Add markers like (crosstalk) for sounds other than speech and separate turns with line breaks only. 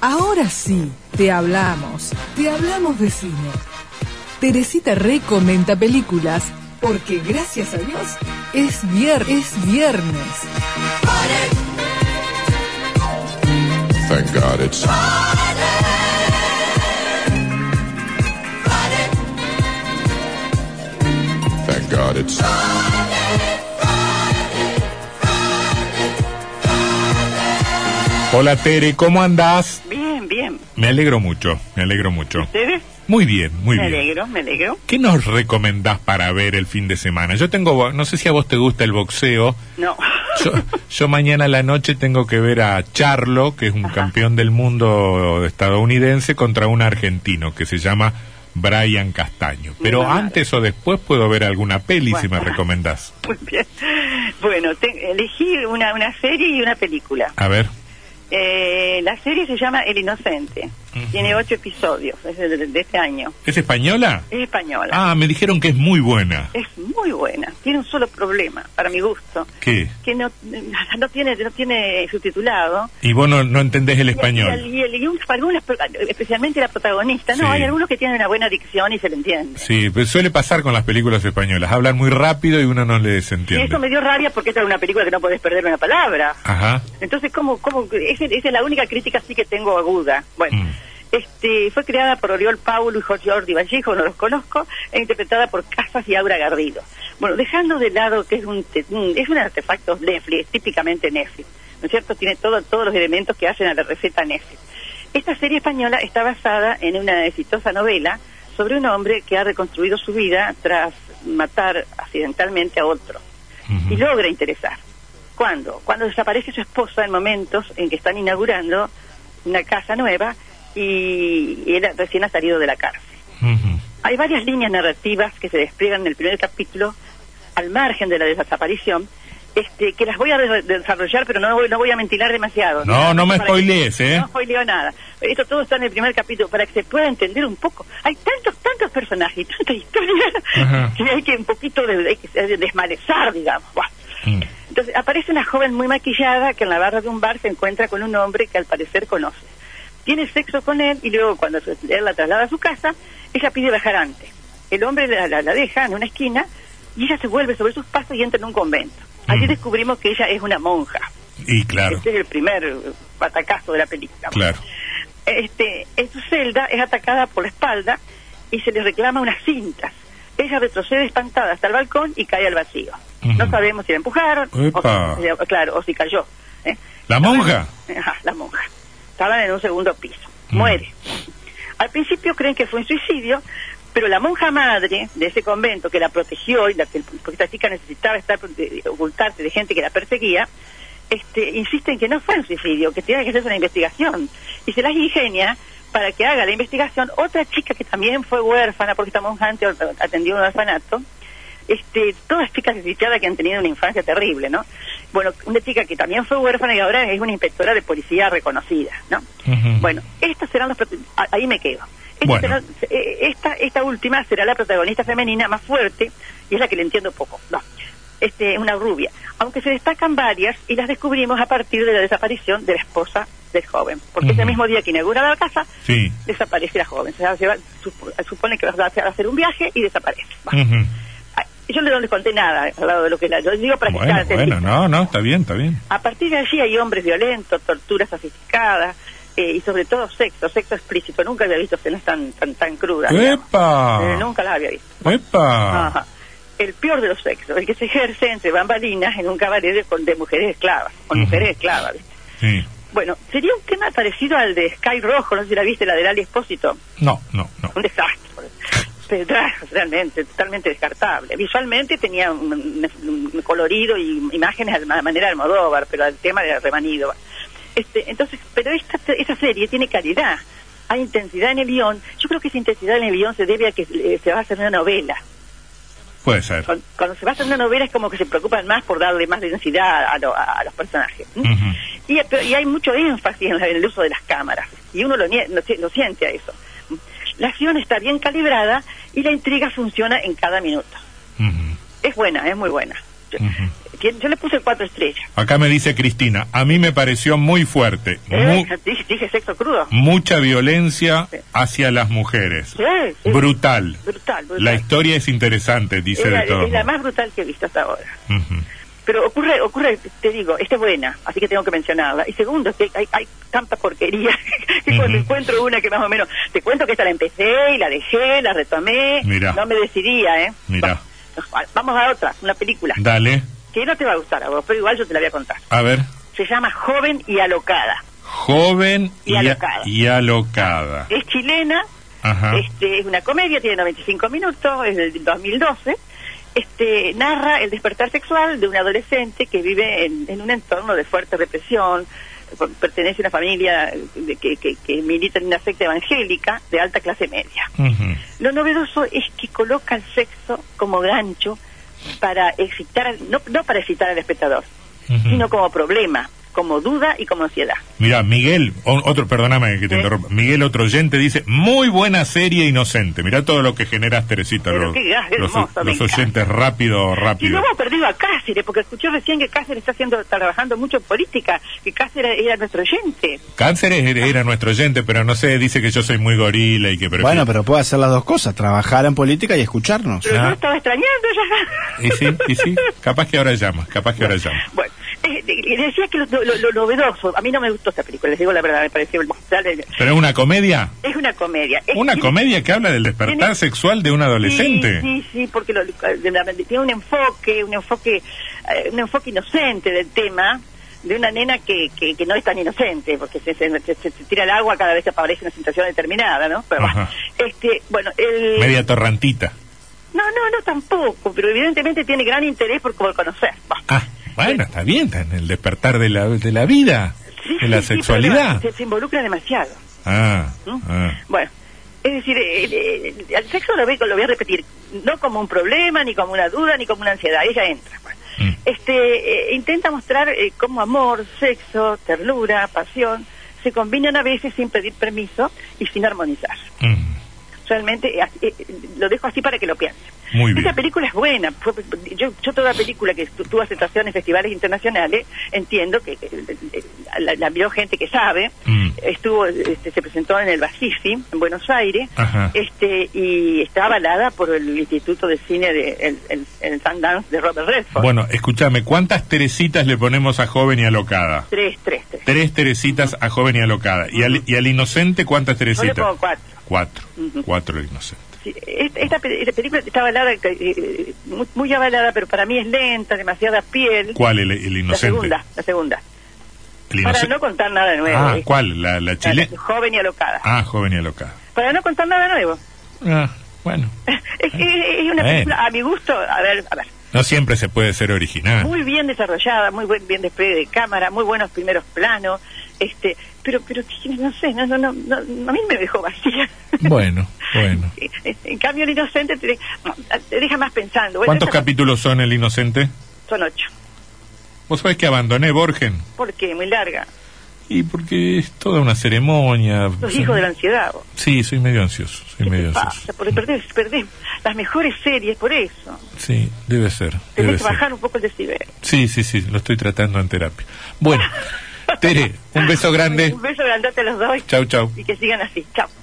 Ahora sí, te hablamos, te hablamos de cine. Teresita recomienda películas porque gracias a Dios es viernes, es viernes.
Thank God it's Thank God it's
Hola Tere, ¿cómo andás?
Bien, bien.
Me alegro mucho, me alegro mucho.
¿Ustedes?
Muy bien, muy
me
bien.
alegro, me alegro.
¿Qué nos recomendás para ver el fin de semana? Yo tengo, bo- no sé si a vos te gusta el boxeo.
No. (laughs)
Yo, yo mañana a la noche tengo que ver a Charlo, que es un campeón del mundo estadounidense, contra un argentino que se llama Brian Castaño. Pero
Claro.
antes o después puedo ver alguna peli si me
Bueno.
recomendás.
Muy bien. Bueno, te- elegí una, una serie y una película.
A ver.
Eh, la serie se llama El Inocente.
Ujú.
Tiene ocho episodios, es de, de este año.
¿Es española?
Es española.
Ah, me dijeron que es muy buena.
Es muy buena. Tiene un solo problema, para mi gusto.
¿Qué?
Que no, (laughs) no tiene no tiene subtitulado.
Y vos no, no entendés el
Y
español.
el- y el guión, algunas, ah, especialmente la protagonista. No,
Sí.
hay algunos que tienen una buena dicción y se le entiende.
Sí, pero suele pasar con las películas españolas. Hablan muy rápido y uno no les
Y
entiende.
eso me dio rabia porque esta era una película que no podés perder una palabra.
Ajá.
Entonces, ¿cómo, cómo? Esa, esa es la única crítica sí que tengo aguda. Bueno,
Mm.
este, fue creada por Oriol Paulo y Jorge Jordi Vallejo, no los conozco, e interpretada por Casas y Aura Garrido. Bueno, dejando de lado que es un, te- un- es un artefacto Netflix, típicamente Netflix, ¿no es cierto? Tiene todo, todos los elementos que hacen a la receta Netflix. Esta serie española está basada en una exitosa novela sobre un hombre que ha reconstruido su vida tras matar accidentalmente a otro
Mm, Ujú.
y logra interesar. ¿Cuándo? Cuando desaparece su esposa en momentos en que están inaugurando una casa nueva y él recién ha salido de la cárcel.
Ujú.
Hay varias líneas narrativas que se despliegan en el primer capítulo al margen de la desaparición, este, que las voy a de- desarrollar, pero no voy, no voy a ventilar demasiado.
No, no me
Para que-
spoilees, ¿eh?
No spoileo nada. Esto todo está en el primer capítulo para que se pueda entender un poco. Hay tantos, tantos personajes y tanta historia
Ajá.
que hay que un poquito de, hay que desmalezar, digamos. Buah.
Mm.
Entonces aparece una joven muy maquillada que en la barra de un bar se encuentra con un hombre que al parecer conoce. Tiene sexo con él y luego cuando su- él la traslada a su casa, ella pide bajar antes. El hombre la, la- la deja en una esquina y ella se vuelve sobre sus pasos y entra en un convento. Allí
Mm.
descubrimos que ella es una monja.
Y claro,
Este es el primer eh, batacazo de la película.
claro.
Este, en su celda es atacada por la espalda y se le reclama unas cintas. Ella retrocede espantada hasta el balcón y cae al vacío.
Ujú.
No sabemos si la empujaron,
Epa.
o si, eh, claro, o si cayó. ¿eh?
¿La monja?
(laughs) Ajá, Ah, la monja. Estaban en un segundo piso.
Mm.
Muere. Al principio creen que fue un suicidio, pero la monja madre de ese convento que la protegió y la que porque esta chica necesitaba estar prote- ocultarse de gente que la perseguía, este, insiste en que no fue un suicidio, que tiene que hacerse una investigación. Y se las ingenia para que haga la investigación otra chica que también fue huérfana, porque esta monja antes atendió un orfanato, este, todas chicas desdichadas que han tenido una infancia terrible, ¿no? Bueno, una chica que también fue huérfana y ahora es una inspectora de policía reconocida, ¿no?
Ujú.
Bueno, estas serán los prot- a- ahí me quedo. Estas
Bueno.
serán- eh, esta esta última será la protagonista femenina más fuerte y es la que le entiendo poco. No. Este, una rubia, aunque se destacan varias y las descubrimos a partir de la desaparición de la esposa del joven, porque ese
Ujú.
mismo día que inaugura la casa
Sí.
desaparece la joven, se va- se va- supo- supone que va a hacer- a hacer un viaje y desaparece. Va.
Ujú.
Ah, Yo no les conté nada al lado de lo que la, yo digo para que
Bueno,
estén
bueno,
atentos.
no, no, está bien, está bien.
A partir de allí hay hombres violentos, torturas sofisticadas eh, y sobre todo sexo, sexo explícito. Nunca había visto escenas tan tan tan crudas. digamos. Eh,
¡Epa!
nunca las había visto.
¡Epa!
Ajá. El peor de los sexos, el que se ejerce entre bambalinas en un cabaret de, con- de mujeres esclavas, con
Ujú.
mujeres esclavas. ¿viste?
Sí.
Bueno, sería un tema parecido al de Sky Rojo, no sé si la viste, la del Ali Espósito.
No, no, no.
un desastre. Pedazos, Realmente, totalmente descartable. Visualmente tenía un, un- un colorido y imágenes a la manera de Almodóvar, pero el tema era remanido. Este, entonces, pero esta, esta serie tiene calidad, hay intensidad en el guión. Yo creo que esa intensidad en el guión se debe a que eh, se va a hacer una novela.
Puede ser.
Cuando, cuando se va a hacer una novela es como que se preocupan más por darle más densidad a, lo- a- a los personajes. ¿no?
Ujú.
Y, pero- y hay mucho énfasis en, la- en el uso de las cámaras. Y uno lo, nie- lo, si- lo siente a eso. La acción está bien calibrada y la intriga funciona en cada minuto.
Ujú.
Es buena, es muy buena. Yo,
Mm.
yo le puse cuatro estrellas.
Acá me dice Cristina, a mí me pareció muy fuerte,
Eh,
mu-
dije, dije sexo crudo.
mucha violencia hacia las mujeres.
Sí, sí.
Brutal.
Brutal, brutal.
La historia es interesante,
Es
dice
la,
de todo.
es la más brutal que he visto hasta ahora.
Ujú.
Pero ocurre, ocurre, te digo, esta es buena, así que tengo que mencionarla. Y segundo, es que hay, hay tanta porquería (laughs) que cuando
Ujú.
encuentro una que más o menos... Te cuento que esta la empecé y la dejé, la retomé.
Mirá.
No me decidía, ¿eh?
Mirá.
Va- Vamos a otra, una película,
Dale,
que no te va a gustar a vos, pero igual yo te la voy a contar.
a ver.
Se llama Joven y Alocada.
Joven
Y
a-
alocada.
y alocada.
Es chilena,
Ajá.
Este, es una comedia, tiene 95 minutos, es del 2012. Este, narra el despertar sexual de un adolescente que vive en, en un entorno de fuerte represión, per- pertenece a una familia de- que, que- que milita en una secta evangélica de alta clase media.
Ujú.
Lo novedoso es que coloca el sexo como gancho para excitar, al- no, no para excitar al espectador,
Ujú.
sino como problema, como duda y como ansiedad.
Mira, Miguel, o- otro, perdóname que te
¿Eh?
interrumpa. Miguel, otro oyente, dice: Muy buena serie inocente. Mira todo lo que generas, Teresita.
Pero
los,
qué gas
los-
hermoso, me
los oyentes, rápido,
Y
rápido.
no hemos perdido a Cáceres, porque escuché recién que Cáceres está haciendo, está trabajando mucho en política, que Cáceres era nuestro oyente.
Cánceres era, era nuestro oyente, pero no sé, dice que yo soy muy gorila y que prefiero-
Bueno, pero puede hacer las dos cosas, trabajar en política y escucharnos.
Pero
Ah.
yo estaba extrañando ya. (laughs)
Y sí, y sí, capaz que ahora llama, capaz que ahora llama.
Bueno, eh, de- de- decía que lo, lo- lo novedoso, a mí no me gustó esta película, les digo la verdad, me pareció mostrar el-
¿Pero es una comedia?
Es una comedia. Es-
¿Una
tiene-
comedia que habla del despertar
tiene-
sexual de un adolescente?
Sí, sí, sí, porque lo- de la- tiene un enfoque, un enfoque, eh, un enfoque inocente del tema de una nena que, que, que no es tan inocente porque se, se- se- se tira al agua cada vez que aparece una situación determinada, ¿no? Pero bueno,
Ajá.
este, bueno, el
Media torrantita.
no, no, no tampoco, pero evidentemente tiene gran interés por, por conocer. Bueno,
Ah, bueno, está bien, está en el despertar de la, de la vida,
sí,
de la
sí, sí,
sexualidad.
pero ¿Mm? Se, se involucra demasiado.
Ah,
¿no?
ah.
Bueno, es decir, eh, el, el- el sexo lo, ve- lo voy a repetir, no como un problema, ni como una duda, ni como una ansiedad, ella entra. pues.
Mm.
Este, eh, intenta mostrar eh, cómo amor, sexo, ternura, pasión se combinan a veces sin pedir permiso y sin armonizar.
Mm.
Realmente eh, eh, lo dejo así para que lo piensen.
Muy bien.
Esta película es buena. Fue- Yo, yo toda película que tu- tuvo aceptación en festivales internacionales, entiendo que eh, eh, la, la vio gente que sabe.
Mm.
Estuvo, este, se presentó en el Basisi, en Buenos Aires,
Ajá.
este y está avalada por el Instituto de Cine de el, el, el Sundance de Robert Redford.
Bueno, escúchame, ¿cuántas teresitas le ponemos a joven y alocada?
Tres, tres, tres.
Tres teresitas a joven y alocada. ¿Y al, y al inocente cuántas
Yo le
teresitas?
pongo cuatro.
Cuatro.
Ujú.
Cuatro al inocente.
Sí, Esta, esta pe- esta película está avalada, eh, eh, muy, muy avalada, pero para mí es lenta, demasiada piel.
¿Cuál el, el
La
inocente?
segunda, la segunda.
El
Para
inocente.
no eh. contar nada nuevo.
ah,
¿viste?
¿cuál? ¿La, la chile?
Joven y alocada.
Ah, joven y alocada.
Para no contar nada nuevo. (laughs)
Ah, bueno.
Es, es- es una
Bueno.
película, a mi gusto, a ver, a ver,
No siempre se puede ser original.
muy bien desarrollada, muy buen, bien despliegue de cámara, muy buenos primeros planos, este, pero, pero no sé, no, no, no, no, a mí me dejó vacía.
(laughs)
(laughs)
Bueno, bueno.
en cambio, el inocente te, de- te deja más pensando. Bueno,
¿Cuántos
esta-
capítulos son el inocente?
Son ocho,
Vos sabés que abandoné Borgen.
porque muy larga.
Y porque es toda una ceremonia.
Los
Soy-
hijos de la ansiedad. vos.
Sí, soy medio ansioso. Soy
¿Qué te
medio ansioso.
pasa? Porque perdés, perdés las mejores series por eso.
Sí, debe ser.
Tenés
Debe
que
ser.
bajar un poco el decibel.
Sí, sí, sí, lo estoy tratando en terapia.
(laughs)
Bueno, Tere, un beso grande.
Un beso grandote a los dos.
Chau, chau.
Y que sigan así. Chao.